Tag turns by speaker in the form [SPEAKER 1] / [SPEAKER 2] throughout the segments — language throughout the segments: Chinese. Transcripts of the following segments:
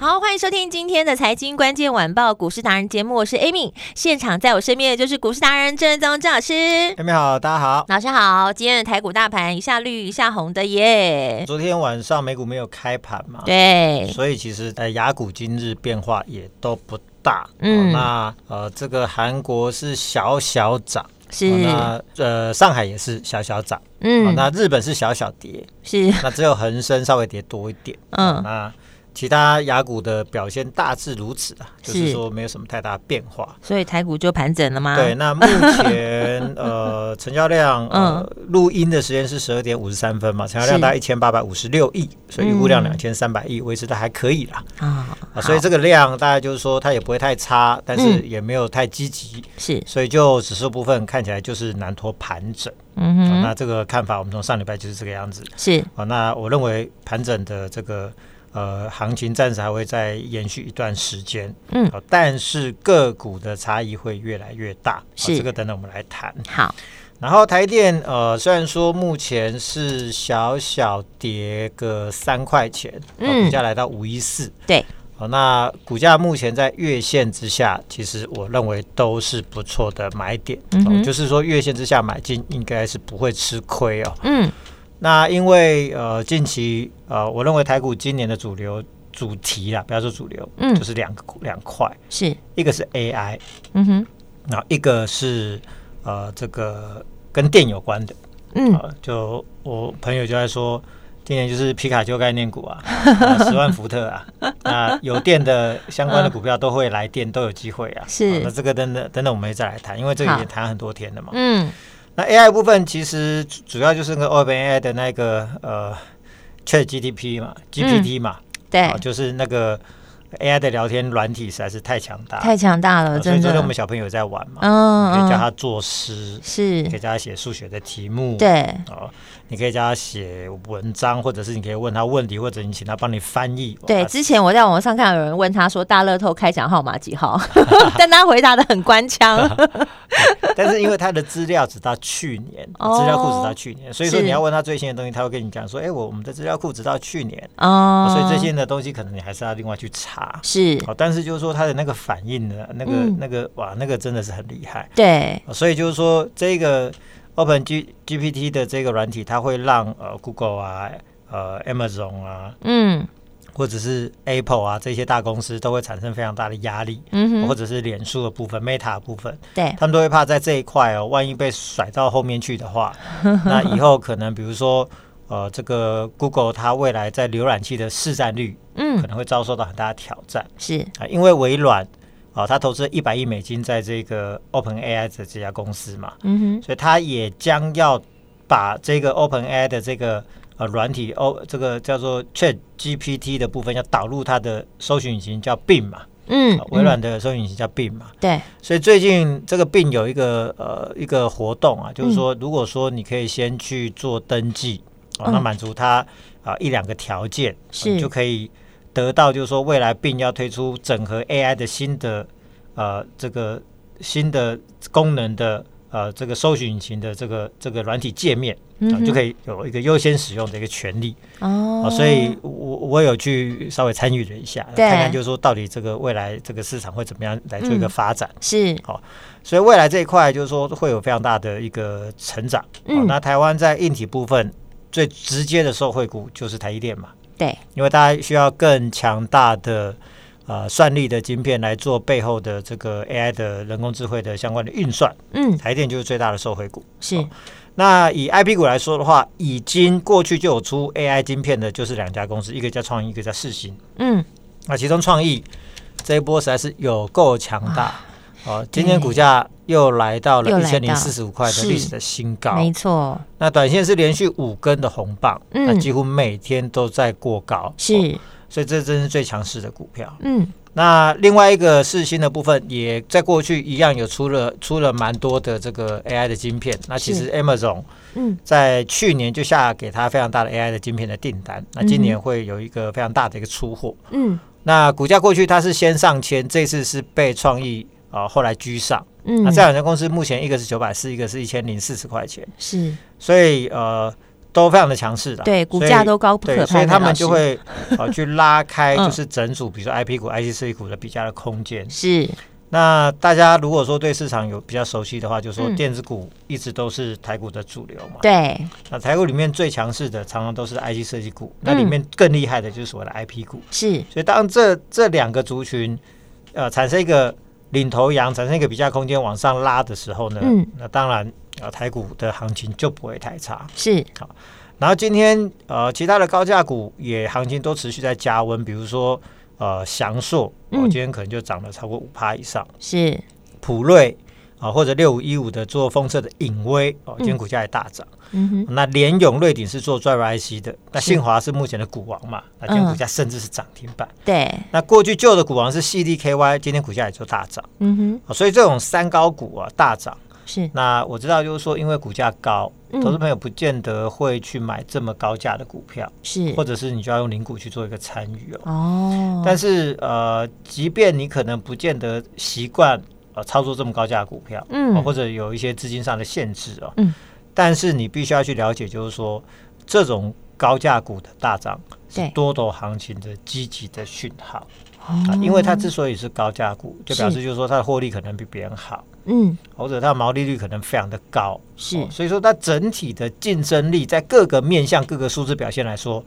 [SPEAKER 1] 好，欢迎收听今天的财经关键晚报股市达人节目，我是 Amy，现场在我身边的就是股市达人郑宗郑老师，
[SPEAKER 2] 妹妹哎好，大家好。
[SPEAKER 1] 老师好。今天的台股大盘一下绿一下红的耶，
[SPEAKER 2] 昨天晚上美股没有开盘嘛，，
[SPEAKER 1] 对，
[SPEAKER 2] 所以其实呃雅股今日变化也都不大。
[SPEAKER 1] 嗯
[SPEAKER 2] 嗯，那呃这个韩国是小小涨，哦
[SPEAKER 1] 是，
[SPEAKER 2] 那呃上海也是小小涨，哦
[SPEAKER 1] 嗯，
[SPEAKER 2] 那日本是小小跌，
[SPEAKER 1] 是，
[SPEAKER 2] 那只有恒生稍微跌多一点。
[SPEAKER 1] 嗯
[SPEAKER 2] 那其他雅股的表现大致如此啊，就是
[SPEAKER 1] 是
[SPEAKER 2] 说没有什么太大变化。
[SPEAKER 1] 所以台股就盘整了吗？
[SPEAKER 2] 对，，那目 前呃成交量呃
[SPEAKER 1] 嗯
[SPEAKER 2] 录音的时间是十二点五十三分嘛，成交量
[SPEAKER 1] 是
[SPEAKER 2] 大概一千八百五十六亿，所以预估量
[SPEAKER 1] 嗯
[SPEAKER 2] 两千三百亿，维持的还可以啦。
[SPEAKER 1] 啊，
[SPEAKER 2] 啊，所以
[SPEAKER 1] 好
[SPEAKER 2] 这个量大概就是说它也不会太差，但是
[SPEAKER 1] 嗯
[SPEAKER 2] 也没有太积极，
[SPEAKER 1] 是，
[SPEAKER 2] 所以就指数部分看起来就是难脱盘整。
[SPEAKER 1] 嗯
[SPEAKER 2] 啊
[SPEAKER 1] 哼，
[SPEAKER 2] 那这个看法我们从上礼拜就是这个样子。
[SPEAKER 1] 是，
[SPEAKER 2] 啊，那我认为盘整的这个呃行情暂时还会再延续一段时间，
[SPEAKER 1] 嗯
[SPEAKER 2] 好，但是个股的差异会越来越大，好哦
[SPEAKER 1] 是
[SPEAKER 2] 这个等等我们来谈。
[SPEAKER 1] 好，
[SPEAKER 2] 然后台电呃，虽然说目前是小小跌个三块钱，好
[SPEAKER 1] 嗯
[SPEAKER 2] 股价来到五一四，
[SPEAKER 1] 对，
[SPEAKER 2] 好，那股价目前在月线之下，其实我认为都是不错的买点，哦
[SPEAKER 1] 嗯哼
[SPEAKER 2] 就是说月线之下买进应该是不会吃亏哦。
[SPEAKER 1] 嗯，
[SPEAKER 2] 那因为呃，近期呃，我认为台股今年的主流主题啦，不要说主流，
[SPEAKER 1] 嗯
[SPEAKER 2] 就是两个两块，
[SPEAKER 1] 是，
[SPEAKER 2] 一个是 AI，
[SPEAKER 1] 嗯哼，
[SPEAKER 2] 然后一个是呃这个跟电有关的，
[SPEAKER 1] 嗯，
[SPEAKER 2] 啊，就我朋友就在说，今年就是皮卡丘概念股啊，啊十 万伏特啊，那有电的相关的股票都会来电，都有机会啊。
[SPEAKER 1] 嗯是
[SPEAKER 2] 啊那这个等等等等，我们也再来谈，因为这个
[SPEAKER 1] 好
[SPEAKER 2] 也谈很多天了嘛。
[SPEAKER 1] 嗯，
[SPEAKER 2] 那 AI 部分其实主主要就是那个 OpenAI 的那个呃 Chat GTP 嘛，GPT 嘛，
[SPEAKER 1] 嗯对
[SPEAKER 2] 啊，，就是那个 AI 的聊天软体实在是太强大，
[SPEAKER 1] 太强大了，
[SPEAKER 2] 啊所以
[SPEAKER 1] 真
[SPEAKER 2] 昨
[SPEAKER 1] 的
[SPEAKER 2] 天我，们小朋友也在玩嘛，
[SPEAKER 1] 嗯
[SPEAKER 2] 你可以教
[SPEAKER 1] 嗯，
[SPEAKER 2] 他作诗，可
[SPEAKER 1] 是
[SPEAKER 2] 以，教他写数学的题目，
[SPEAKER 1] 对，
[SPEAKER 2] 哦，你可以叫他写文章，或者是你可以问他问题，或者你请他帮你翻译。
[SPEAKER 1] 对，
[SPEAKER 2] 哇
[SPEAKER 1] 之前我在网上看到有人问他说大乐透开奖号码几号， 但他回答的很官 腔。哦
[SPEAKER 2] 但是因为他的资料只到去年，
[SPEAKER 1] 哦
[SPEAKER 2] 资料库只到去年，所以说
[SPEAKER 1] 是
[SPEAKER 2] 你要问他最新的东西，他会跟你讲说，哎、我我们的资料库只到去年、
[SPEAKER 1] 哦
[SPEAKER 2] 啊所以最新的东西可能你还是要另外去查。
[SPEAKER 1] 是
[SPEAKER 2] 哦，但是就是说他的那个反应呢，那个、
[SPEAKER 1] 嗯
[SPEAKER 2] 那个哇，那个真的是很厉害。
[SPEAKER 1] 对，
[SPEAKER 2] 所以就是说，这个 Open G GPT 的这个软体，它会让呃 Google 啊、呃 Amazon 啊，
[SPEAKER 1] 嗯
[SPEAKER 2] 或者是 Apple 啊这些大公司都会产生非常大的压力，
[SPEAKER 1] 嗯
[SPEAKER 2] 或
[SPEAKER 1] 哼，
[SPEAKER 2] 者是脸书的部分、Meta 的部分，
[SPEAKER 1] 对，
[SPEAKER 2] 他们都会怕在这一块哦，万一被甩到后面去的 话，那以后可能比如说。呃，这个 Google 它未来在浏览器的市占率可
[SPEAKER 1] 嗯
[SPEAKER 2] 能会遭受到很大的挑战
[SPEAKER 1] 是，
[SPEAKER 2] 啊，因为微软啊，它投资一百亿美金在这个 OpenAI 的这家公司嘛，
[SPEAKER 1] 嗯哼，
[SPEAKER 2] 所以它也将要把这个 OpenAI 的这个呃软体哦，这个叫做 Chat GPT 的部分，要导入它的搜寻引擎叫 Bing 嘛，
[SPEAKER 1] 嗯
[SPEAKER 2] 呃，微软
[SPEAKER 1] 嗯
[SPEAKER 2] 的搜寻引擎叫 Bing 嘛。
[SPEAKER 1] 对，
[SPEAKER 2] 所以最近这个 Bing 有一个呃一个活动
[SPEAKER 1] 嗯
[SPEAKER 2] 啊，就是说，如果说你可以先去做登记，哦，那
[SPEAKER 1] 嗯
[SPEAKER 2] 满足它啊、一两个条件，啊
[SPEAKER 1] 是
[SPEAKER 2] 你就可以得到，就是说未来 Bing 要推出整合 AI 的新的呃这个新的功能的。呃，这个搜寻引擎的这个这个软体界面啊、
[SPEAKER 1] 嗯
[SPEAKER 2] 就
[SPEAKER 1] 以
[SPEAKER 2] 可以有一个优先使用的一个权利啊、
[SPEAKER 1] 哦
[SPEAKER 2] 所以我我有去稍微参与了一下，
[SPEAKER 1] 对
[SPEAKER 2] 看看就是说到底这个未来这个市场会怎么样来做一个
[SPEAKER 1] 嗯
[SPEAKER 2] 发展。
[SPEAKER 1] 是
[SPEAKER 2] 所以未来这一块就是说会有非常大的一个成长。
[SPEAKER 1] 嗯
[SPEAKER 2] 哦，那台湾在硬体部分最直接的受惠股就是台积电嘛，
[SPEAKER 1] 对，
[SPEAKER 2] 因为大家需要更强大的呃算力的晶片来做背后的这个 AI 的人工智慧的相关的运算，
[SPEAKER 1] 嗯
[SPEAKER 2] 台积电就是最大的受惠股。
[SPEAKER 1] 是，
[SPEAKER 2] 那以 IP 股来说的话，已经过去就有出 AI 啊晶片的，就是两家公司，一个叫创意，一个叫世芯。
[SPEAKER 1] 嗯
[SPEAKER 2] 那其中创意这一波实在是有够强大哦！今天股价又来到
[SPEAKER 1] 啊又
[SPEAKER 2] 了一
[SPEAKER 1] 来
[SPEAKER 2] 千
[SPEAKER 1] 到
[SPEAKER 2] 零四十五块的
[SPEAKER 1] 是
[SPEAKER 2] 历史的新高，
[SPEAKER 1] 没错，
[SPEAKER 2] 那短线是连续五根的红棒，
[SPEAKER 1] 嗯
[SPEAKER 2] 那几乎每天都在过高，哦
[SPEAKER 1] 是，
[SPEAKER 2] 所以这真是最强势的股票。
[SPEAKER 1] 嗯，
[SPEAKER 2] 那另外一个世新的部分，也在过去一样有出了出了蛮多的这个 AI 的晶片。那其实 Amazon
[SPEAKER 1] 嗯
[SPEAKER 2] 在去年就下给它非常大的 AI 的晶片的订单，那今年会有一个非常大的一个出货。
[SPEAKER 1] 嗯
[SPEAKER 2] 那股价过去它是先上千，这次是被创意啊、呃后来居上。
[SPEAKER 1] 嗯，
[SPEAKER 2] 那这两家公司目前一个是九百四，一个是一千零四十块钱。
[SPEAKER 1] 是
[SPEAKER 2] 所以呃都非常的强势的，
[SPEAKER 1] 对股
[SPEAKER 2] 所以
[SPEAKER 1] 价都高不可
[SPEAKER 2] 啊
[SPEAKER 1] 攀，
[SPEAKER 2] 对，所以他
[SPEAKER 1] 老
[SPEAKER 2] 们
[SPEAKER 1] 师
[SPEAKER 2] 就会呃去拉开
[SPEAKER 1] 嗯
[SPEAKER 2] 就是整组，比如说 IP 股、ICC 股的比较的空间。
[SPEAKER 1] 是
[SPEAKER 2] 那大家如果说对市场有比较熟悉的话，就说
[SPEAKER 1] 嗯
[SPEAKER 2] 电子股一直都是台股的主流嘛。
[SPEAKER 1] 对，
[SPEAKER 2] 那台股里面最强势的常常都是 IC 设计
[SPEAKER 1] 嗯
[SPEAKER 2] 股，那里面更厉害的就是所谓的 IP 股。
[SPEAKER 1] 是
[SPEAKER 2] 所以当这这两个族群呃产生一个领头羊，产生一个比较空间往上拉的时候呢，
[SPEAKER 1] 嗯
[SPEAKER 2] 那当然呃台股的行情就不会太差。
[SPEAKER 1] 是，
[SPEAKER 2] 然后今天呃，其他的高价股也行情都持续在加温，比如说呃翔硕，哦、
[SPEAKER 1] 嗯
[SPEAKER 2] 今天可能就涨了超过五趴以上，
[SPEAKER 1] 是
[SPEAKER 2] 普瑞啊、或者六五一五的做封测的影威哦，今天股价也大涨。
[SPEAKER 1] 嗯哼，
[SPEAKER 2] 那联永瑞鼎是做 Drive IC 的，那
[SPEAKER 1] 是嗯
[SPEAKER 2] 信华是目前的股王嘛，那今天股价甚至是涨停板。
[SPEAKER 1] 对，
[SPEAKER 2] 那过去旧的股王是 CDKY，今天股价也就大涨、
[SPEAKER 1] 嗯
[SPEAKER 2] 哦所以这种三高股啊大涨。
[SPEAKER 1] 哼，是
[SPEAKER 2] 那我知道就是说，因为股价高，
[SPEAKER 1] 嗯
[SPEAKER 2] 投资朋友不见得会去买这么高价的股票。
[SPEAKER 1] 是
[SPEAKER 2] 或者是你就要用零股去做一个参与哦。
[SPEAKER 1] 哦，
[SPEAKER 2] 但是呃，即便你可能不见得习惯呃操作这么高价的股票，
[SPEAKER 1] 嗯
[SPEAKER 2] 哦或者有一些资金上的限制哦，
[SPEAKER 1] 嗯，
[SPEAKER 2] 但是你必须要去了解，就是说这种高价股的大涨是
[SPEAKER 1] 对
[SPEAKER 2] 多头行情的积极的讯号啊
[SPEAKER 1] 哦，
[SPEAKER 2] 因为它之所以是高价股，就是表示就是说它的获利可能比别人好。
[SPEAKER 1] 嗯
[SPEAKER 2] 或者它的毛利率可能非常的高，
[SPEAKER 1] 是
[SPEAKER 2] 所以说它整体的竞争力在各个面向、各个数字表现来说，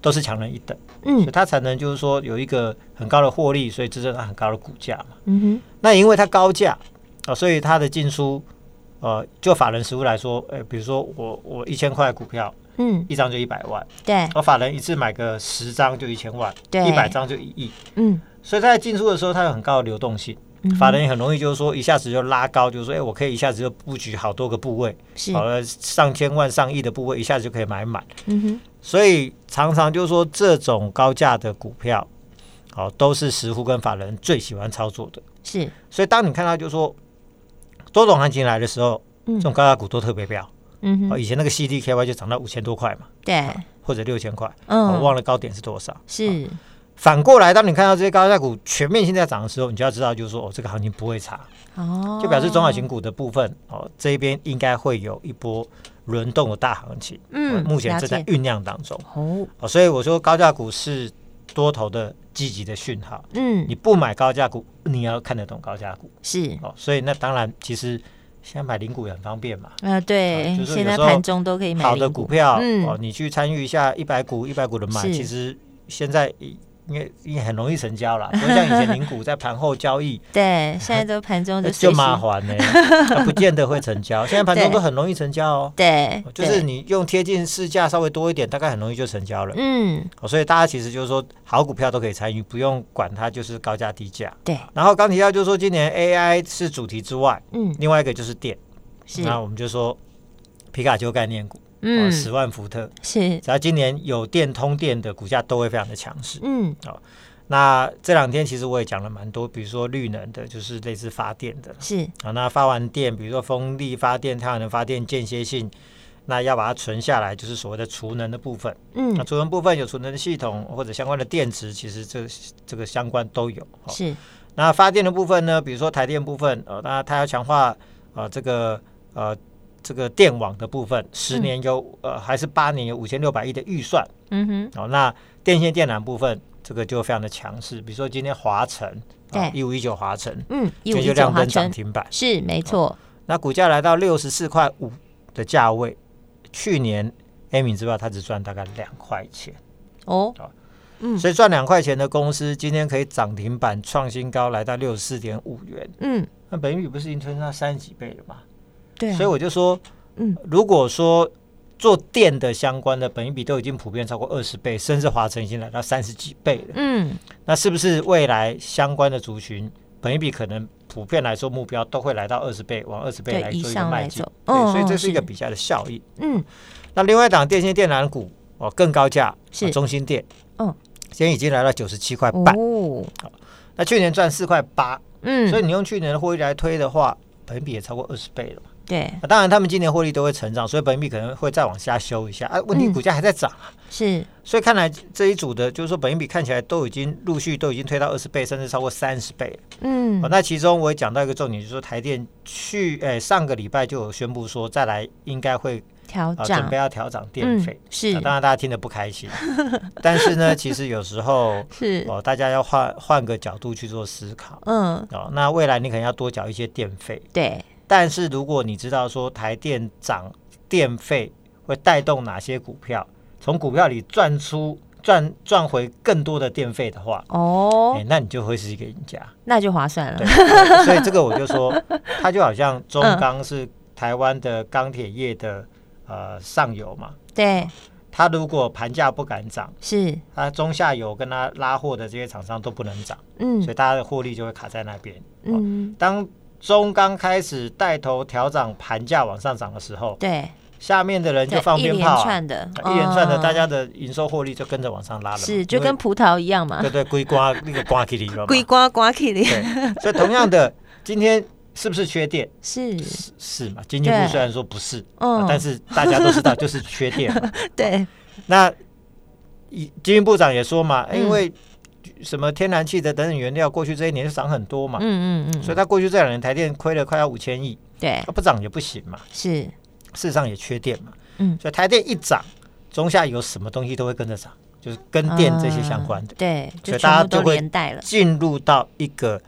[SPEAKER 2] 都是强人一等，所以
[SPEAKER 1] 嗯
[SPEAKER 2] 它才能就是说有一个很高的获利，所以支撑它很高的股价嘛。
[SPEAKER 1] 嗯哼，
[SPEAKER 2] 那因为它高价啊、所以它的进出，呃，就法人实物来说，呃，比如说我我一千块股票
[SPEAKER 1] 嗯
[SPEAKER 2] 一张就一百万，
[SPEAKER 1] 对，
[SPEAKER 2] 我法人一次买个十张就一千万，
[SPEAKER 1] 对
[SPEAKER 2] 一百张就一亿，
[SPEAKER 1] 嗯
[SPEAKER 2] 所以它在进出的时候，它有很高的流动性。
[SPEAKER 1] 嗯
[SPEAKER 2] 法人也很容易就是说一下子就拉高，就是说，哎、我可以一下子就布局好多个部位，
[SPEAKER 1] 是
[SPEAKER 2] 好了上千万、上亿的部位，一下子就可以买满。
[SPEAKER 1] 嗯哼
[SPEAKER 2] 所以常常就是说，这种高价的股票，好、都是实户跟法人最喜欢操作的。
[SPEAKER 1] 是
[SPEAKER 2] 所以当你看到就是说多种行情来的时候，
[SPEAKER 1] 嗯
[SPEAKER 2] 这种高价股都特别标。
[SPEAKER 1] 嗯
[SPEAKER 2] 哦，
[SPEAKER 1] 哼
[SPEAKER 2] 以前那个 CDKY 就涨到五千多块嘛，
[SPEAKER 1] 对，
[SPEAKER 2] 或者六千块，我、
[SPEAKER 1] 嗯
[SPEAKER 2] 忘了高点是多少。
[SPEAKER 1] 是
[SPEAKER 2] 反过来，当你看到这些高价股全面性在涨的时候，你就要知道，就是说，哦，这个行情不会差。
[SPEAKER 1] 哦，
[SPEAKER 2] 啊就表示中小型股的部分哦，这一边应该会有一波轮动的大行情，
[SPEAKER 1] 嗯
[SPEAKER 2] 呃目前正在
[SPEAKER 1] 了解
[SPEAKER 2] 酝酿当中
[SPEAKER 1] 哦，
[SPEAKER 2] 哦，所以我说高价股是多头的积极的讯号，
[SPEAKER 1] 嗯
[SPEAKER 2] 你不买高价股，你要看得懂高价股
[SPEAKER 1] 是。
[SPEAKER 2] 哦，所以那当然其实现在买零股也很方便嘛，
[SPEAKER 1] 呃，对
[SPEAKER 2] 啊，就是
[SPEAKER 1] 现
[SPEAKER 2] 有
[SPEAKER 1] 在
[SPEAKER 2] 时候
[SPEAKER 1] 盘中都可以买
[SPEAKER 2] 好的
[SPEAKER 1] 零
[SPEAKER 2] 股，票
[SPEAKER 1] 嗯
[SPEAKER 2] 哦，你去参与一下一百股一百股的买，
[SPEAKER 1] 是
[SPEAKER 2] 其实现在应该也很容易成交啦，不会像以前零股在盘后 交易。哎
[SPEAKER 1] 对，现在都盘中的
[SPEAKER 2] 就麻，烦呢、啊它不见得会成交。现在盘中
[SPEAKER 1] 对
[SPEAKER 2] 都很容易成交哦，
[SPEAKER 1] 对，
[SPEAKER 2] 就是
[SPEAKER 1] 对
[SPEAKER 2] 你用贴近市价稍微多一点，大概很容易就成交了。
[SPEAKER 1] 嗯，
[SPEAKER 2] 哦所以大家其实就是说，好股票都可以参与，不用管它就是高价低价。
[SPEAKER 1] 对，
[SPEAKER 2] 然后刚提到就是说，今年 AI 是主题之外，
[SPEAKER 1] 嗯
[SPEAKER 2] 另外一个就是电，
[SPEAKER 1] 是，
[SPEAKER 2] 那我们就说皮卡丘概念股，哦
[SPEAKER 1] 嗯
[SPEAKER 2] 十万伏特，
[SPEAKER 1] 是，
[SPEAKER 2] 只要今年有电通电的股价都会非常的强势。
[SPEAKER 1] 嗯
[SPEAKER 2] 那这两天其实我也讲了蛮多，比如说绿能的，就是类似发电的，
[SPEAKER 1] 是，
[SPEAKER 2] 啊，那发完电，比如说风力发电、太阳能发电间歇性，那要把它存下来，就是所谓的储能的部分。那
[SPEAKER 1] 嗯
[SPEAKER 2] 储能部分有储能的系统或者相关的电池，其实这这个相关都有。哦
[SPEAKER 1] 是，
[SPEAKER 2] 那发电的部分呢，比如说台电部分，呃，那它要强化呃这个呃这个电网的部分，十年有、呃还是八年有五千六百亿的预算。
[SPEAKER 1] 嗯哼，
[SPEAKER 2] 哦，那电线电缆部分这个就非常的强势，比如说今天华晨，啊
[SPEAKER 1] 对
[SPEAKER 2] 一五一九华晨，
[SPEAKER 1] 嗯，一五
[SPEAKER 2] 今天
[SPEAKER 1] 一
[SPEAKER 2] 就
[SPEAKER 1] 九
[SPEAKER 2] 亮
[SPEAKER 1] 华
[SPEAKER 2] 灯涨
[SPEAKER 1] 晨
[SPEAKER 2] 停板。
[SPEAKER 1] 是没错，
[SPEAKER 2] 那股价来到六十四块五的价位，去年 Amy 知道它只赚大概两块钱，
[SPEAKER 1] 哦，嗯
[SPEAKER 2] 所以赚两块钱的公司今天可以涨停板创新高，来到六十四点五元。
[SPEAKER 1] 嗯，
[SPEAKER 2] 那本益比不是已经推升到三十几倍了吗？
[SPEAKER 1] 对啊，
[SPEAKER 2] 所以我就说，
[SPEAKER 1] 嗯
[SPEAKER 2] 如果说做电的相关的本益比都已经普遍超过二十倍，甚至华晨已经来到三十几倍了。
[SPEAKER 1] 嗯，
[SPEAKER 2] 那是不是未来相关的族群本益比可能普遍来说目标都会来到二十倍，往二十倍
[SPEAKER 1] 对
[SPEAKER 2] 来
[SPEAKER 1] 以
[SPEAKER 2] 做一个
[SPEAKER 1] 上来
[SPEAKER 2] 迈进
[SPEAKER 1] 走？
[SPEAKER 2] 对，
[SPEAKER 1] 嗯
[SPEAKER 2] 所以
[SPEAKER 1] 嗯
[SPEAKER 2] 这是一个
[SPEAKER 1] 是
[SPEAKER 2] 比较的效益。
[SPEAKER 1] 嗯，
[SPEAKER 2] 那另外一档电信电缆股哦，更高价
[SPEAKER 1] 是
[SPEAKER 2] 啊中心电，
[SPEAKER 1] 嗯，
[SPEAKER 2] 今天已经来到九十七块半，
[SPEAKER 1] 哦，
[SPEAKER 2] 那去年赚四块八，
[SPEAKER 1] 嗯，
[SPEAKER 2] 所以你用去年的获利来推的话，本益比也超过二十倍了嘛。
[SPEAKER 1] 对，
[SPEAKER 2] 那当然，他们今年获利都会成长，所以本益比可能会再往下修一下。啊，问题
[SPEAKER 1] 嗯
[SPEAKER 2] 股价还在涨，
[SPEAKER 1] 是，
[SPEAKER 2] 所以看来这一组的，就是说本益比看起来都已经陆续都已经推到二十倍，甚至超过三十倍了。
[SPEAKER 1] 嗯
[SPEAKER 2] 哦，，那其中我也讲到一个重点，就是说台电去，诶、上个礼拜就有宣布说，再来应该会
[SPEAKER 1] 调
[SPEAKER 2] 啊、准
[SPEAKER 1] 涨嗯
[SPEAKER 2] 备，要调涨电费。
[SPEAKER 1] 是
[SPEAKER 2] 啊当然大家听得不 开心，但是呢，其实有时候
[SPEAKER 1] 是，
[SPEAKER 2] 哦，大家要换换个角度去做思考
[SPEAKER 1] 嗯，
[SPEAKER 2] 哦。那未来你可能要多缴一些电费，
[SPEAKER 1] 对，
[SPEAKER 2] 但是如果你知道说台电涨电费会带动哪些股票，从股票里赚出赚赚回更多的电费的话，哎、
[SPEAKER 1] 哦，
[SPEAKER 2] 那你就会是一个赢家。
[SPEAKER 1] 那就划算
[SPEAKER 2] 对
[SPEAKER 1] 了，，
[SPEAKER 2] 所以这个我就 说，它就好像中
[SPEAKER 1] 嗯
[SPEAKER 2] 钢是台湾的钢铁业的呃上游嘛，
[SPEAKER 1] 对，
[SPEAKER 2] 它如果盘价不敢涨，
[SPEAKER 1] 是，
[SPEAKER 2] 它中下游跟它拉货的这些厂商都不能涨，
[SPEAKER 1] 嗯
[SPEAKER 2] 所以大家的获利就会卡在那边。哦，
[SPEAKER 1] 嗯，
[SPEAKER 2] 当中钢开始带头调涨盘价往上涨的时候，
[SPEAKER 1] 对，
[SPEAKER 2] 下面的人就
[SPEAKER 1] 对
[SPEAKER 2] 放
[SPEAKER 1] 一
[SPEAKER 2] 鞭
[SPEAKER 1] 连
[SPEAKER 2] 炮啊、
[SPEAKER 1] 串的，
[SPEAKER 2] 一连串的，
[SPEAKER 1] 嗯
[SPEAKER 2] 大家的营收获利就跟着往上拉了嘛，
[SPEAKER 1] 是就
[SPEAKER 2] 因为
[SPEAKER 1] 跟葡萄一样嘛
[SPEAKER 2] 对，对龟瓜那个瓜起里了 嘛，
[SPEAKER 1] 龟瓜瓜起的，
[SPEAKER 2] 对，所以同样的，今天是不是缺电？
[SPEAKER 1] 是，
[SPEAKER 2] 是是嘛？经济部
[SPEAKER 1] 对
[SPEAKER 2] 虽然说不是，
[SPEAKER 1] 嗯
[SPEAKER 2] 啊但是大家都知道就是缺 电嘛。
[SPEAKER 1] 对，
[SPEAKER 2] 那以经济部长也说嘛，哎
[SPEAKER 1] 嗯
[SPEAKER 2] 因为什么天然气的等等原料，过去这一年就涨很多嘛，
[SPEAKER 1] 嗯嗯嗯，
[SPEAKER 2] 所以他过去这两年台电亏了快要五千亿，
[SPEAKER 1] 对
[SPEAKER 2] 它，不涨也不行嘛，
[SPEAKER 1] 是，
[SPEAKER 2] 事实上也缺电嘛，
[SPEAKER 1] 嗯
[SPEAKER 2] 所以台电一涨，中下游什么东西都会跟着涨，就是跟电这些相关的
[SPEAKER 1] 嗯，对，
[SPEAKER 2] 所
[SPEAKER 1] 就
[SPEAKER 2] 以大家
[SPEAKER 1] 全部都
[SPEAKER 2] 就会
[SPEAKER 1] 连带了，
[SPEAKER 2] 进入到一个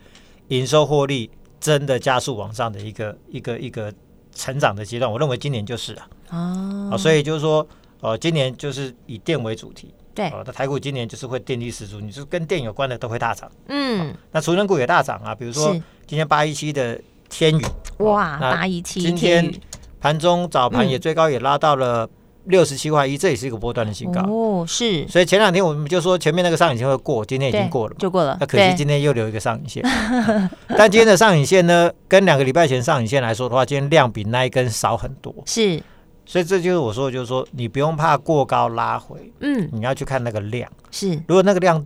[SPEAKER 2] 营收获利真的加速往上的一个一个一个成长的阶段，我认为今年就是啊。
[SPEAKER 1] 哦
[SPEAKER 2] 啊，所以就是说，呃，今年就是以电为主题，
[SPEAKER 1] 对
[SPEAKER 2] 哦，那台股今年就是会电力十足，你就是跟电有关的都会大涨。
[SPEAKER 1] 嗯，
[SPEAKER 2] 那储能股也大涨啊，比如说
[SPEAKER 1] 是
[SPEAKER 2] 今天八一七的天宇，哦
[SPEAKER 1] 哇，
[SPEAKER 2] 那
[SPEAKER 1] 八一七，
[SPEAKER 2] 今
[SPEAKER 1] 天
[SPEAKER 2] 天盘中早盘
[SPEAKER 1] 嗯
[SPEAKER 2] 也最高也拉到了六十七块一，这也是一个波段的新高。
[SPEAKER 1] 哦，是，
[SPEAKER 2] 所以前两天我们就说前面那个上影线会过，今天已经
[SPEAKER 1] 对，
[SPEAKER 2] 过了嘛。
[SPEAKER 1] 就过了，
[SPEAKER 2] 那可惜
[SPEAKER 1] 对
[SPEAKER 2] 今天又留一个上影线，啊 但今天的上影线呢，跟两个礼拜前上影线来说的话，今天量比那一根少很多，
[SPEAKER 1] 是，
[SPEAKER 2] 所以这就是我说的，就是说你不用怕过高拉回，
[SPEAKER 1] 嗯，
[SPEAKER 2] 你要去看那个量。
[SPEAKER 1] 是，
[SPEAKER 2] 如果那个量，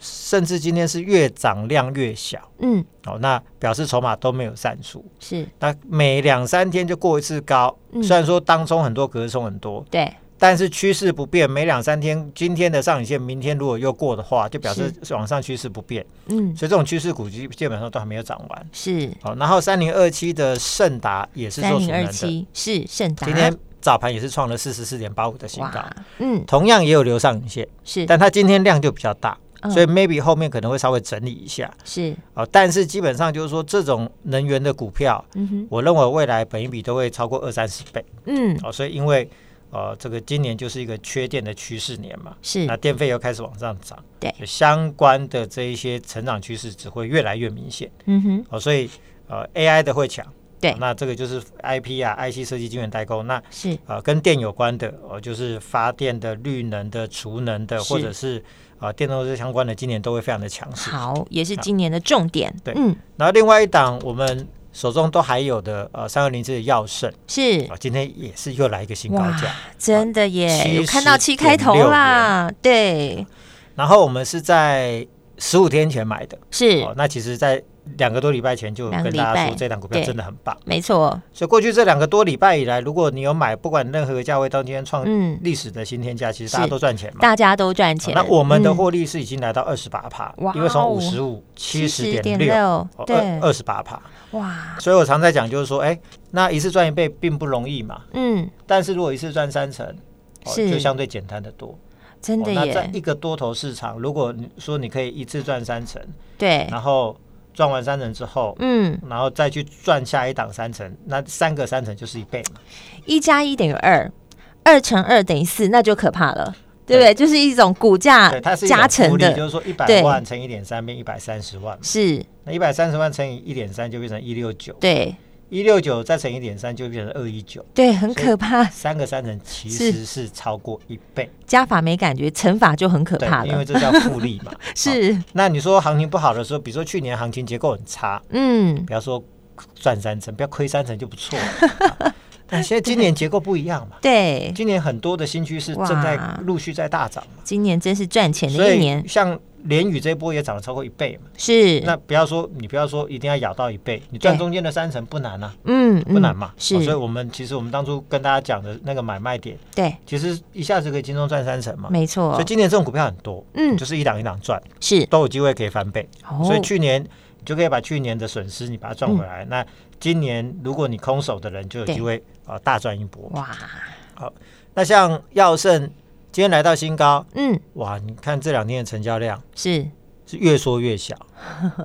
[SPEAKER 2] 甚至今天是越涨量越小，
[SPEAKER 1] 嗯，
[SPEAKER 2] 哦，那表示筹码都没有散出。
[SPEAKER 1] 是，
[SPEAKER 2] 那每两三天就过一次高，
[SPEAKER 1] 嗯
[SPEAKER 2] 虽然说当冲很多，隔日冲很多，
[SPEAKER 1] 对，
[SPEAKER 2] 但是趋势不变。每两三天，今天的上影线，明天如果又过的话，就表示往上趋势不变。
[SPEAKER 1] 嗯，
[SPEAKER 2] 所以这种趋势股基基本上都还没有涨完。
[SPEAKER 1] 是
[SPEAKER 2] 好、然后三零二七的盛达也是
[SPEAKER 1] 三
[SPEAKER 2] 做储
[SPEAKER 1] 零
[SPEAKER 2] 能
[SPEAKER 1] 二
[SPEAKER 2] 的，今
[SPEAKER 1] 七是盛达，
[SPEAKER 2] 天早盘也是创了四十四点八五的新高
[SPEAKER 1] 哇，，嗯，
[SPEAKER 2] 同样也有留上影线。
[SPEAKER 1] 是，
[SPEAKER 2] 但它今天量就比较大，
[SPEAKER 1] 嗯
[SPEAKER 2] 所以 maybe 后面可能会稍微整理一下
[SPEAKER 1] 是，
[SPEAKER 2] 哦。但是基本上就是说，这种能源的股票，
[SPEAKER 1] 嗯哼，
[SPEAKER 2] 我认为未来本益比都会超过二三十倍
[SPEAKER 1] 嗯，
[SPEAKER 2] 哦。所以因为呃，这个今年就是一个缺电的趋势年嘛，
[SPEAKER 1] 是
[SPEAKER 2] 那，电费又开始往上涨，
[SPEAKER 1] 对
[SPEAKER 2] 所以相关的这一些成长趋势只会越来越明显
[SPEAKER 1] 嗯哼，
[SPEAKER 2] 哦。所以呃，AI 的会强，
[SPEAKER 1] 对
[SPEAKER 2] 哦那这个就是 IP 啊，IC 设计晶圆代工那。
[SPEAKER 1] 是，
[SPEAKER 2] 呃，跟电有关的，呃，就是发电的、绿能的、储能的，
[SPEAKER 1] 是
[SPEAKER 2] 或者是呃电动车相关的，今年都会非常的强势。
[SPEAKER 1] 好，也是今年的重点，
[SPEAKER 2] 对
[SPEAKER 1] 嗯，
[SPEAKER 2] 然后另外一档我们手中都还有的，呃，三二零四的药盛
[SPEAKER 1] 是
[SPEAKER 2] 啊、。今天也是又来一个新高
[SPEAKER 1] 哇
[SPEAKER 2] 价。，
[SPEAKER 1] 真的耶！
[SPEAKER 2] 70
[SPEAKER 1] 有看到七开头啦，对，
[SPEAKER 2] 然后我们是在十五天前买的，
[SPEAKER 1] 是、
[SPEAKER 2] 哦，那其实，在两个多礼拜前就有
[SPEAKER 1] 两个
[SPEAKER 2] 跟
[SPEAKER 1] 礼
[SPEAKER 2] 大家
[SPEAKER 1] 拜
[SPEAKER 2] 说这档股票
[SPEAKER 1] 对
[SPEAKER 2] 真的很棒。
[SPEAKER 1] 没错，
[SPEAKER 2] 所以过去这两个多礼拜以来，如果你有买，不管任何个价位，到今天创
[SPEAKER 1] 嗯
[SPEAKER 2] 历史的新天价，其实
[SPEAKER 1] 是
[SPEAKER 2] 大家都赚钱嘛。
[SPEAKER 1] 大家都赚钱。
[SPEAKER 2] 那我们的
[SPEAKER 1] 嗯
[SPEAKER 2] 获利是已经来到二十八趴
[SPEAKER 1] 哇哦，
[SPEAKER 2] 因为从五十五七十点六。
[SPEAKER 1] 70.6
[SPEAKER 2] 哦
[SPEAKER 1] 对，
[SPEAKER 2] 二二十八趴，
[SPEAKER 1] 哇，
[SPEAKER 2] 所以我常在讲，就是说，哎、那一次赚一倍并不容易嘛，
[SPEAKER 1] 嗯，
[SPEAKER 2] 但是如果一次赚三成，哦
[SPEAKER 1] 是
[SPEAKER 2] 就相对简单的多。
[SPEAKER 1] 真的
[SPEAKER 2] 哦那在
[SPEAKER 1] 耶，
[SPEAKER 2] 一个多头市场，如果你说你可以一次赚三成，
[SPEAKER 1] 对，
[SPEAKER 2] 然后赚完三成之后，
[SPEAKER 1] 嗯，
[SPEAKER 2] 然后再去赚下一档三成，那三个三成就是一倍嘛。
[SPEAKER 1] 一加一等于二，二乘二等于四，那就可怕了，对不对？就是一种股价
[SPEAKER 2] 对，它是一
[SPEAKER 1] 啊加
[SPEAKER 2] 种复
[SPEAKER 1] 成
[SPEAKER 2] 利，就
[SPEAKER 1] 的，
[SPEAKER 2] 是说一百
[SPEAKER 1] 对
[SPEAKER 2] 万乘一点三变一百三十万嘛，
[SPEAKER 1] 是
[SPEAKER 2] 那一百三十万乘以一点三就变成一六九。
[SPEAKER 1] 对，
[SPEAKER 2] 一六九再乘一点三就变成二一九，
[SPEAKER 1] 对，很可怕，
[SPEAKER 2] 三个三乘其
[SPEAKER 1] 是
[SPEAKER 2] 实是超过一倍，
[SPEAKER 1] 加法没感觉，乘法就很可
[SPEAKER 2] 对
[SPEAKER 1] 怕，
[SPEAKER 2] 因为
[SPEAKER 1] 了。
[SPEAKER 2] 这叫复利 嘛。好
[SPEAKER 1] 是，
[SPEAKER 2] 那你说行情不好的时候，比如说去年行情结构很差，
[SPEAKER 1] 嗯，
[SPEAKER 2] 不要说赚三成，不要亏三成就不错了。啊但现在今年结构不一样嘛，
[SPEAKER 1] 对，
[SPEAKER 2] 今年很多的新趋势正在
[SPEAKER 1] 哇
[SPEAKER 2] 陆续在大涨嘛，
[SPEAKER 1] 今年真是赚钱
[SPEAKER 2] 所
[SPEAKER 1] 的一
[SPEAKER 2] 以
[SPEAKER 1] 年，
[SPEAKER 2] 像联宇这一波也涨了超过一倍嘛。
[SPEAKER 1] 是，
[SPEAKER 2] 那不要说你不要说一定要咬到一倍，你赚
[SPEAKER 1] 对
[SPEAKER 2] 中间的三成不难啊，
[SPEAKER 1] 嗯，
[SPEAKER 2] 不难
[SPEAKER 1] 嗯
[SPEAKER 2] 嘛。
[SPEAKER 1] 是
[SPEAKER 2] 哦所以我们其实我们当初跟大家讲的那个买卖点，
[SPEAKER 1] 对，
[SPEAKER 2] 其实一下子可以轻松赚三成嘛。
[SPEAKER 1] 没
[SPEAKER 2] 啊所
[SPEAKER 1] 错
[SPEAKER 2] 以，今年这种股票很多，
[SPEAKER 1] 嗯
[SPEAKER 2] 就是一档一档赚，
[SPEAKER 1] 是，
[SPEAKER 2] 都有机会可以翻倍。
[SPEAKER 1] 哦
[SPEAKER 2] 所以去年你就可以把去年的损失你把它赚回来。那今年如果你空手的人就有
[SPEAKER 1] 嗯对
[SPEAKER 2] 机会啊、呃大赚一波。
[SPEAKER 1] 哇，
[SPEAKER 2] 那像耀盛今天来到新高，
[SPEAKER 1] 嗯，
[SPEAKER 2] 哇，你看这两天的成交量
[SPEAKER 1] 是
[SPEAKER 2] 是越缩 越小，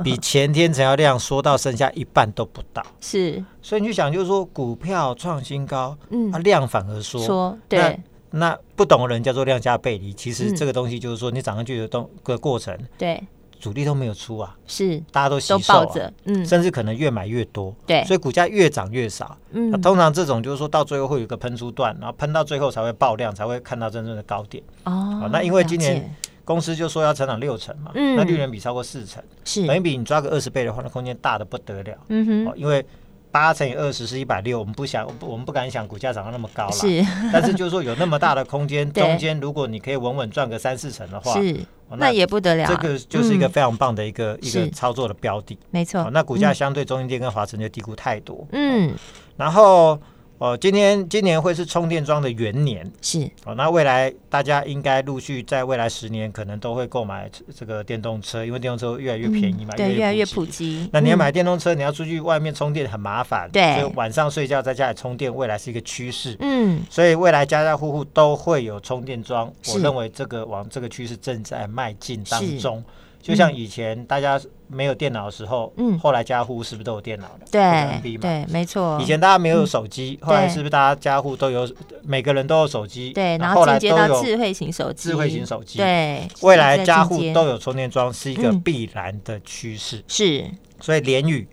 [SPEAKER 2] 比前天成交量缩到剩下一半都不到。
[SPEAKER 1] 是，
[SPEAKER 2] 所以你就想，就是说股票创新高，
[SPEAKER 1] 嗯
[SPEAKER 2] 啊，，量反而缩。
[SPEAKER 1] 说对
[SPEAKER 2] 那不懂的人叫做量价背离，其实
[SPEAKER 1] 嗯
[SPEAKER 2] 这个东西就是说，你涨上去的动个过程，
[SPEAKER 1] 对
[SPEAKER 2] 主力都没有出啊，
[SPEAKER 1] 是，
[SPEAKER 2] 大家都吸
[SPEAKER 1] 都
[SPEAKER 2] 售、
[SPEAKER 1] 抱
[SPEAKER 2] 啊，
[SPEAKER 1] 着，嗯，
[SPEAKER 2] 甚至可能越买越多，
[SPEAKER 1] 对
[SPEAKER 2] 所以股价越涨越少。
[SPEAKER 1] 嗯
[SPEAKER 2] 那通常这种就是说到最后会有一个喷出段，然后喷到最后才会爆量，才会看到真正的高点。
[SPEAKER 1] 哦
[SPEAKER 2] 好，啊那因为今
[SPEAKER 1] 了
[SPEAKER 2] 年
[SPEAKER 1] 解
[SPEAKER 2] 公司就说要成长六成嘛，
[SPEAKER 1] 嗯
[SPEAKER 2] 那利润比超过四成，等于
[SPEAKER 1] 是，
[SPEAKER 2] 比你抓个二十倍的话，那空间大的不得了。
[SPEAKER 1] 嗯
[SPEAKER 2] 哦
[SPEAKER 1] 哼，，
[SPEAKER 2] 因为八乘以二十是一百六，我们不想，我不我们不敢想股价涨到那么高啦。
[SPEAKER 1] 是
[SPEAKER 2] 但是就是说有那么大的空间，
[SPEAKER 1] 对
[SPEAKER 2] 中间如果你可以稳稳赚个三四成的话，
[SPEAKER 1] 是，
[SPEAKER 2] 哦
[SPEAKER 1] 那也不得了啊，
[SPEAKER 2] 这个就是一个
[SPEAKER 1] 嗯
[SPEAKER 2] 非常棒的一个、一
[SPEAKER 1] 是
[SPEAKER 2] 个操作的标的。
[SPEAKER 1] 没
[SPEAKER 2] 哦
[SPEAKER 1] 错，，
[SPEAKER 2] 那股价哦
[SPEAKER 1] 嗯
[SPEAKER 2] 相对中心店跟华晨就低估太多。
[SPEAKER 1] 嗯
[SPEAKER 2] 然后哦，今天今年会是充电桩的元年
[SPEAKER 1] 是，
[SPEAKER 2] 哦，那未来大家应该陆续在未来十年可能都会购买这这个电动车，因为电动车越来越便宜嘛，
[SPEAKER 1] 嗯对，越来越
[SPEAKER 2] 及
[SPEAKER 1] 普及，
[SPEAKER 2] 那你要
[SPEAKER 1] 嗯
[SPEAKER 2] 买电动车，你要出去外面充电很麻烦，
[SPEAKER 1] 对
[SPEAKER 2] 所以晚上睡觉在家里充电，未来是一个趋势。
[SPEAKER 1] 嗯，
[SPEAKER 2] 所以未来家家户户都会有充电桩，
[SPEAKER 1] 是
[SPEAKER 2] 我认为这个往这个趋势正在迈进
[SPEAKER 1] 是
[SPEAKER 2] 当中。就像以前大家没有电脑的时候，
[SPEAKER 1] 嗯
[SPEAKER 2] 后来家户是不是都有电脑了？
[SPEAKER 1] 对
[SPEAKER 2] NB 嘛
[SPEAKER 1] 对，嗯没错，
[SPEAKER 2] 以前大家没有手机，后来
[SPEAKER 1] 对
[SPEAKER 2] 是不是大家家户都有，每个人都有手机？
[SPEAKER 1] 对，然
[SPEAKER 2] 那
[SPEAKER 1] 后
[SPEAKER 2] 来
[SPEAKER 1] 进阶到
[SPEAKER 2] 都有
[SPEAKER 1] 智慧型手机，
[SPEAKER 2] 智慧型手机
[SPEAKER 1] 对，
[SPEAKER 2] 未来
[SPEAKER 1] 在
[SPEAKER 2] 家
[SPEAKER 1] 进
[SPEAKER 2] 户
[SPEAKER 1] 阶
[SPEAKER 2] 都有充电桩是一个
[SPEAKER 1] 嗯
[SPEAKER 2] 必然的趋势。
[SPEAKER 1] 是，
[SPEAKER 2] 所以联宇，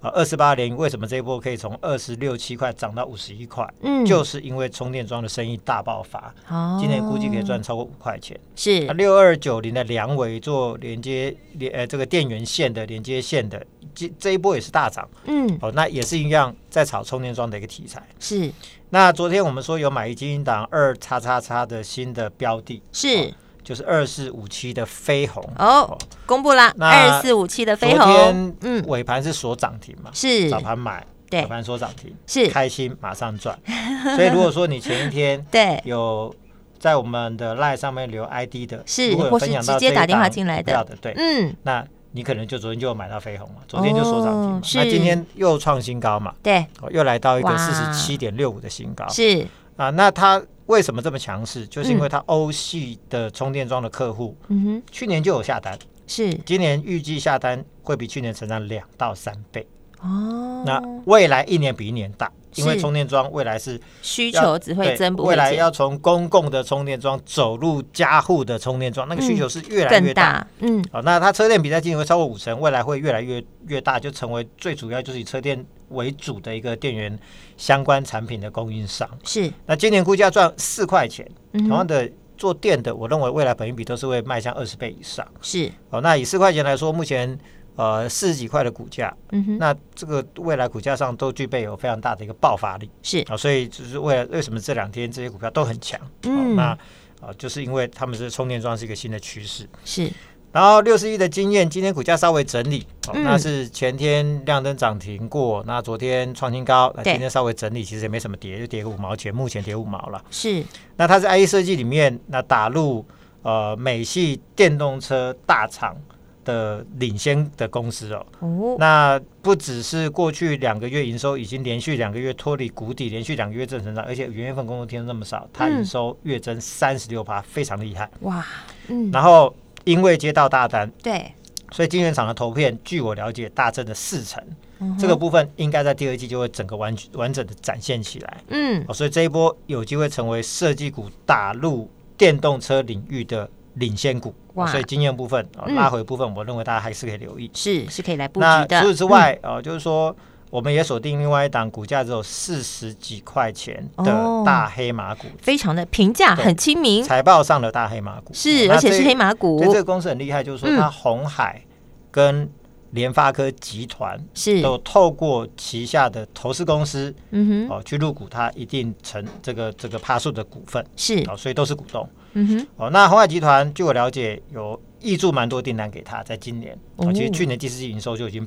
[SPEAKER 2] 呃，二十八联宇为什么这一波可以从二十六七块涨到五十一块？
[SPEAKER 1] 嗯，
[SPEAKER 2] 就是因为充电桩的生意大爆发，
[SPEAKER 1] 哦
[SPEAKER 2] 今年估计可以赚超过五块钱。
[SPEAKER 1] 是
[SPEAKER 2] 那六二九零的梁伟做连接连呃这个电源线的连接线的，这这一波也是大涨
[SPEAKER 1] 嗯
[SPEAKER 2] 哦，那也是一样在炒充电桩的一个题材。
[SPEAKER 1] 是
[SPEAKER 2] 那昨天我们说有买一金档二叉叉叉的新的标的，
[SPEAKER 1] 是
[SPEAKER 2] 就是二四五七的飞鸿
[SPEAKER 1] 哦，公布啦，二
[SPEAKER 2] 那
[SPEAKER 1] 四五七的
[SPEAKER 2] 昨
[SPEAKER 1] 飞
[SPEAKER 2] 天
[SPEAKER 1] 鸿，嗯，
[SPEAKER 2] 尾盘是锁涨停嘛，
[SPEAKER 1] 是
[SPEAKER 2] 早盘买，
[SPEAKER 1] 对
[SPEAKER 2] 早盘说涨停，
[SPEAKER 1] 是
[SPEAKER 2] 开心马上赚。所以如果说你前一天
[SPEAKER 1] 对
[SPEAKER 2] 有在我们的 line 上面留 ID 的，
[SPEAKER 1] 是
[SPEAKER 2] 如果有
[SPEAKER 1] 或是
[SPEAKER 2] 分享到
[SPEAKER 1] 直接
[SPEAKER 2] 这一
[SPEAKER 1] 打电话
[SPEAKER 2] 档
[SPEAKER 1] 进来的
[SPEAKER 2] 股票的，对，
[SPEAKER 1] 嗯
[SPEAKER 2] 那你可能就昨天就有买到飞鸿嘛，昨天就说涨停嘛
[SPEAKER 1] 哦，
[SPEAKER 2] 那
[SPEAKER 1] 是
[SPEAKER 2] 今天又创新高嘛，
[SPEAKER 1] 对
[SPEAKER 2] 哦又来到一
[SPEAKER 1] 哇
[SPEAKER 2] 个四十七点六五的新高
[SPEAKER 1] 是
[SPEAKER 2] 啊，那它。为什么这么强势？就是因
[SPEAKER 1] 嗯
[SPEAKER 2] 为它欧系的充电桩的客户、
[SPEAKER 1] 嗯哼
[SPEAKER 2] 去年就有下单，
[SPEAKER 1] 是
[SPEAKER 2] 今年预计下单会比去年成长两到三倍。
[SPEAKER 1] 哦，
[SPEAKER 2] 那未来一年比一年大，因为
[SPEAKER 1] 是
[SPEAKER 2] 充电桩未来是
[SPEAKER 1] 需
[SPEAKER 2] 要
[SPEAKER 1] 求只会
[SPEAKER 2] 对
[SPEAKER 1] 增不
[SPEAKER 2] 未
[SPEAKER 1] 会
[SPEAKER 2] 来
[SPEAKER 1] 减，
[SPEAKER 2] 要从公共的充电桩走入家户的充电桩，那个需求是越来越
[SPEAKER 1] 更
[SPEAKER 2] 大。
[SPEAKER 1] 大，嗯
[SPEAKER 2] 好、那它车电比在今年会超过五成，未来会越来越越大，就成为最主要就是以车电为主的一个电源相关产品的供应商。
[SPEAKER 1] 是
[SPEAKER 2] 那今年估计要赚四块钱，
[SPEAKER 1] 嗯
[SPEAKER 2] 同样
[SPEAKER 1] 哼
[SPEAKER 2] 的做电的，我认为未来本益比都是会迈向二十倍以上。
[SPEAKER 1] 是
[SPEAKER 2] 哦，那以四块钱来说，目前呃四十几块的股价，
[SPEAKER 1] 嗯哼
[SPEAKER 2] 那这个未来股价上都具备有非常大的一个爆发力
[SPEAKER 1] 是
[SPEAKER 2] 啊、所以就是为了为什么这两天这些股票都很强，
[SPEAKER 1] 嗯
[SPEAKER 2] 哦、那啊、就是因为他们是充电桩是一个新的趋势。
[SPEAKER 1] 是
[SPEAKER 2] 然后六十一的经验，今天股价稍微整理，哦，
[SPEAKER 1] 嗯
[SPEAKER 2] 那是前天亮灯涨停过，那昨天创新高，那
[SPEAKER 1] 对
[SPEAKER 2] 今天稍微整理，其实也没什么跌，就跌个五毛钱，目前跌五毛了。
[SPEAKER 1] 是
[SPEAKER 2] 那它是 IE 设计里面那打入呃美系电动车大厂的领先的公司哦，
[SPEAKER 1] 哦
[SPEAKER 2] 那不只是过去两个月营收已经连续两个月脱离谷底，连续两个月正成长，而且元月份工作天那么少，它
[SPEAKER 1] 嗯
[SPEAKER 2] 营收月增三十六趴，非常厉害。
[SPEAKER 1] 哇嗯
[SPEAKER 2] 然后因为接到大单，
[SPEAKER 1] 对
[SPEAKER 2] 所以晶圆厂的投片，据我了解，大增的四成，
[SPEAKER 1] 嗯
[SPEAKER 2] 这个
[SPEAKER 1] 哼
[SPEAKER 2] 部分应该在第二季就会整个完完整的展现起来。
[SPEAKER 1] 嗯
[SPEAKER 2] 哦，所以这一波有机会成为设计股打入电动车领域的领先股。
[SPEAKER 1] 哇
[SPEAKER 2] 哦所以经验部分、哦、
[SPEAKER 1] 嗯
[SPEAKER 2] 拉回部分，我认为大家还是可以留意。
[SPEAKER 1] 是是可以来布
[SPEAKER 2] 那
[SPEAKER 1] 局的，嗯
[SPEAKER 2] 除此之外，呃，就是说我们也锁定另外一档股价只有四十几块钱
[SPEAKER 1] 哦
[SPEAKER 2] 的大黑马股，
[SPEAKER 1] 非常的平价，
[SPEAKER 2] 对
[SPEAKER 1] 很亲民，
[SPEAKER 2] 财报上的大黑马股哦
[SPEAKER 1] 是，
[SPEAKER 2] 那
[SPEAKER 1] 而且
[SPEAKER 2] 这
[SPEAKER 1] 是黑马股
[SPEAKER 2] 对，这个公司很厉害，就是说
[SPEAKER 1] 嗯
[SPEAKER 2] 它红海跟联发科集团
[SPEAKER 1] 是，
[SPEAKER 2] 都透过旗下的投资公司
[SPEAKER 1] 嗯哼，
[SPEAKER 2] 哦去入股它一定成这个这个帕数的股份
[SPEAKER 1] 是，
[SPEAKER 2] 哦，所以都是股东
[SPEAKER 1] 嗯哼，
[SPEAKER 2] 哦。那红海集团据我了解有挹注蛮多订单给他，在今年
[SPEAKER 1] 哦
[SPEAKER 2] 哦，其实去年第四季营收就已经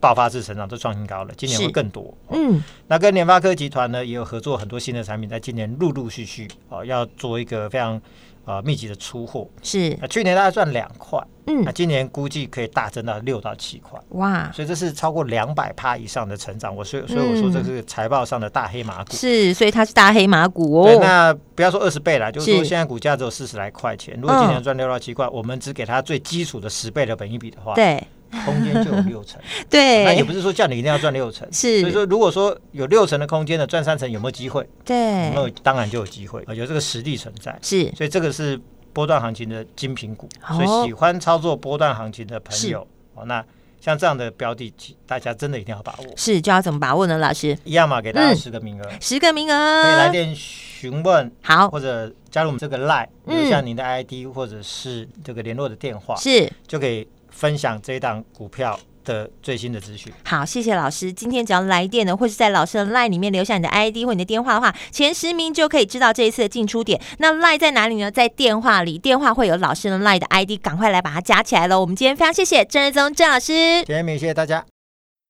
[SPEAKER 2] 爆发式成长，都创新高了，今年
[SPEAKER 1] 是
[SPEAKER 2] 会更多。哦
[SPEAKER 1] 嗯，
[SPEAKER 2] 那跟联发科集团呢也有合作很多新的产品，在今年陆陆续续哦要做一个非常呃密集的出货。
[SPEAKER 1] 是，
[SPEAKER 2] 那去年大概赚两块，
[SPEAKER 1] 嗯
[SPEAKER 2] 那，今年估计可以大增到六到七块，
[SPEAKER 1] 哇，
[SPEAKER 2] 所以哎这是超过两百趴以上的成长。我所以所以我说
[SPEAKER 1] 嗯
[SPEAKER 2] 这是财报上的大黑马股。
[SPEAKER 1] 是，所以它是大黑马股
[SPEAKER 2] 对，
[SPEAKER 1] 哦，
[SPEAKER 2] 那不要说二十倍啦，就是说
[SPEAKER 1] 是嗯
[SPEAKER 2] 现在股价只有四十来块钱，如果今年赚六到七块，我们只给它最基础的十倍的本益比的话，
[SPEAKER 1] 对
[SPEAKER 2] 空间就有六成。那也
[SPEAKER 1] 对
[SPEAKER 2] 不是说叫你一定要赚六成，
[SPEAKER 1] 是
[SPEAKER 2] 所以说如果说有六成的空间的赚三成，有没有机会？有没
[SPEAKER 1] 对，
[SPEAKER 2] 有？当然就有机会，呃有这个实力存在。
[SPEAKER 1] 哎是，
[SPEAKER 2] 所以这个是波段行情的精品股，
[SPEAKER 1] 哦
[SPEAKER 2] 所以喜欢操作波段行情的朋友，哦，那像这样的标的，其大家真的一定要把握。
[SPEAKER 1] 是，就要怎么把握呢？老师，
[SPEAKER 2] 一样嘛，给大家
[SPEAKER 1] 嗯
[SPEAKER 2] 十个名额，
[SPEAKER 1] 十个名
[SPEAKER 2] 可以来
[SPEAKER 1] 额，
[SPEAKER 2] 电询问，
[SPEAKER 1] 好，
[SPEAKER 2] 或者加入我们这个 Line，
[SPEAKER 1] 哦嗯
[SPEAKER 2] 留下您的 ID 或者是这个联络的电话，
[SPEAKER 1] 是，
[SPEAKER 2] 就可以分享这一档股票的最新的资讯。
[SPEAKER 1] 好，谢谢老师。今天只要来电呢，或是在老师的 LINE 里面留下你的 ID 或你的电话的话，前十名就可以知道这一次的进出点。那 LINE 在哪里呢？在电话里，电话会有老师的 LINE 的 ID，赶快来把它加起来喽。我们今天非常谢谢郑日宗郑老师。
[SPEAKER 2] 今天明谢谢大家。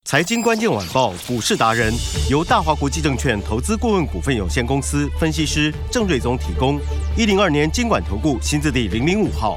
[SPEAKER 3] 财经关键晚报股市达人由大华国际证券投资顾问股份有限公司分析师郑瑞宗提供。一零二年经管投顾新字第零零五号。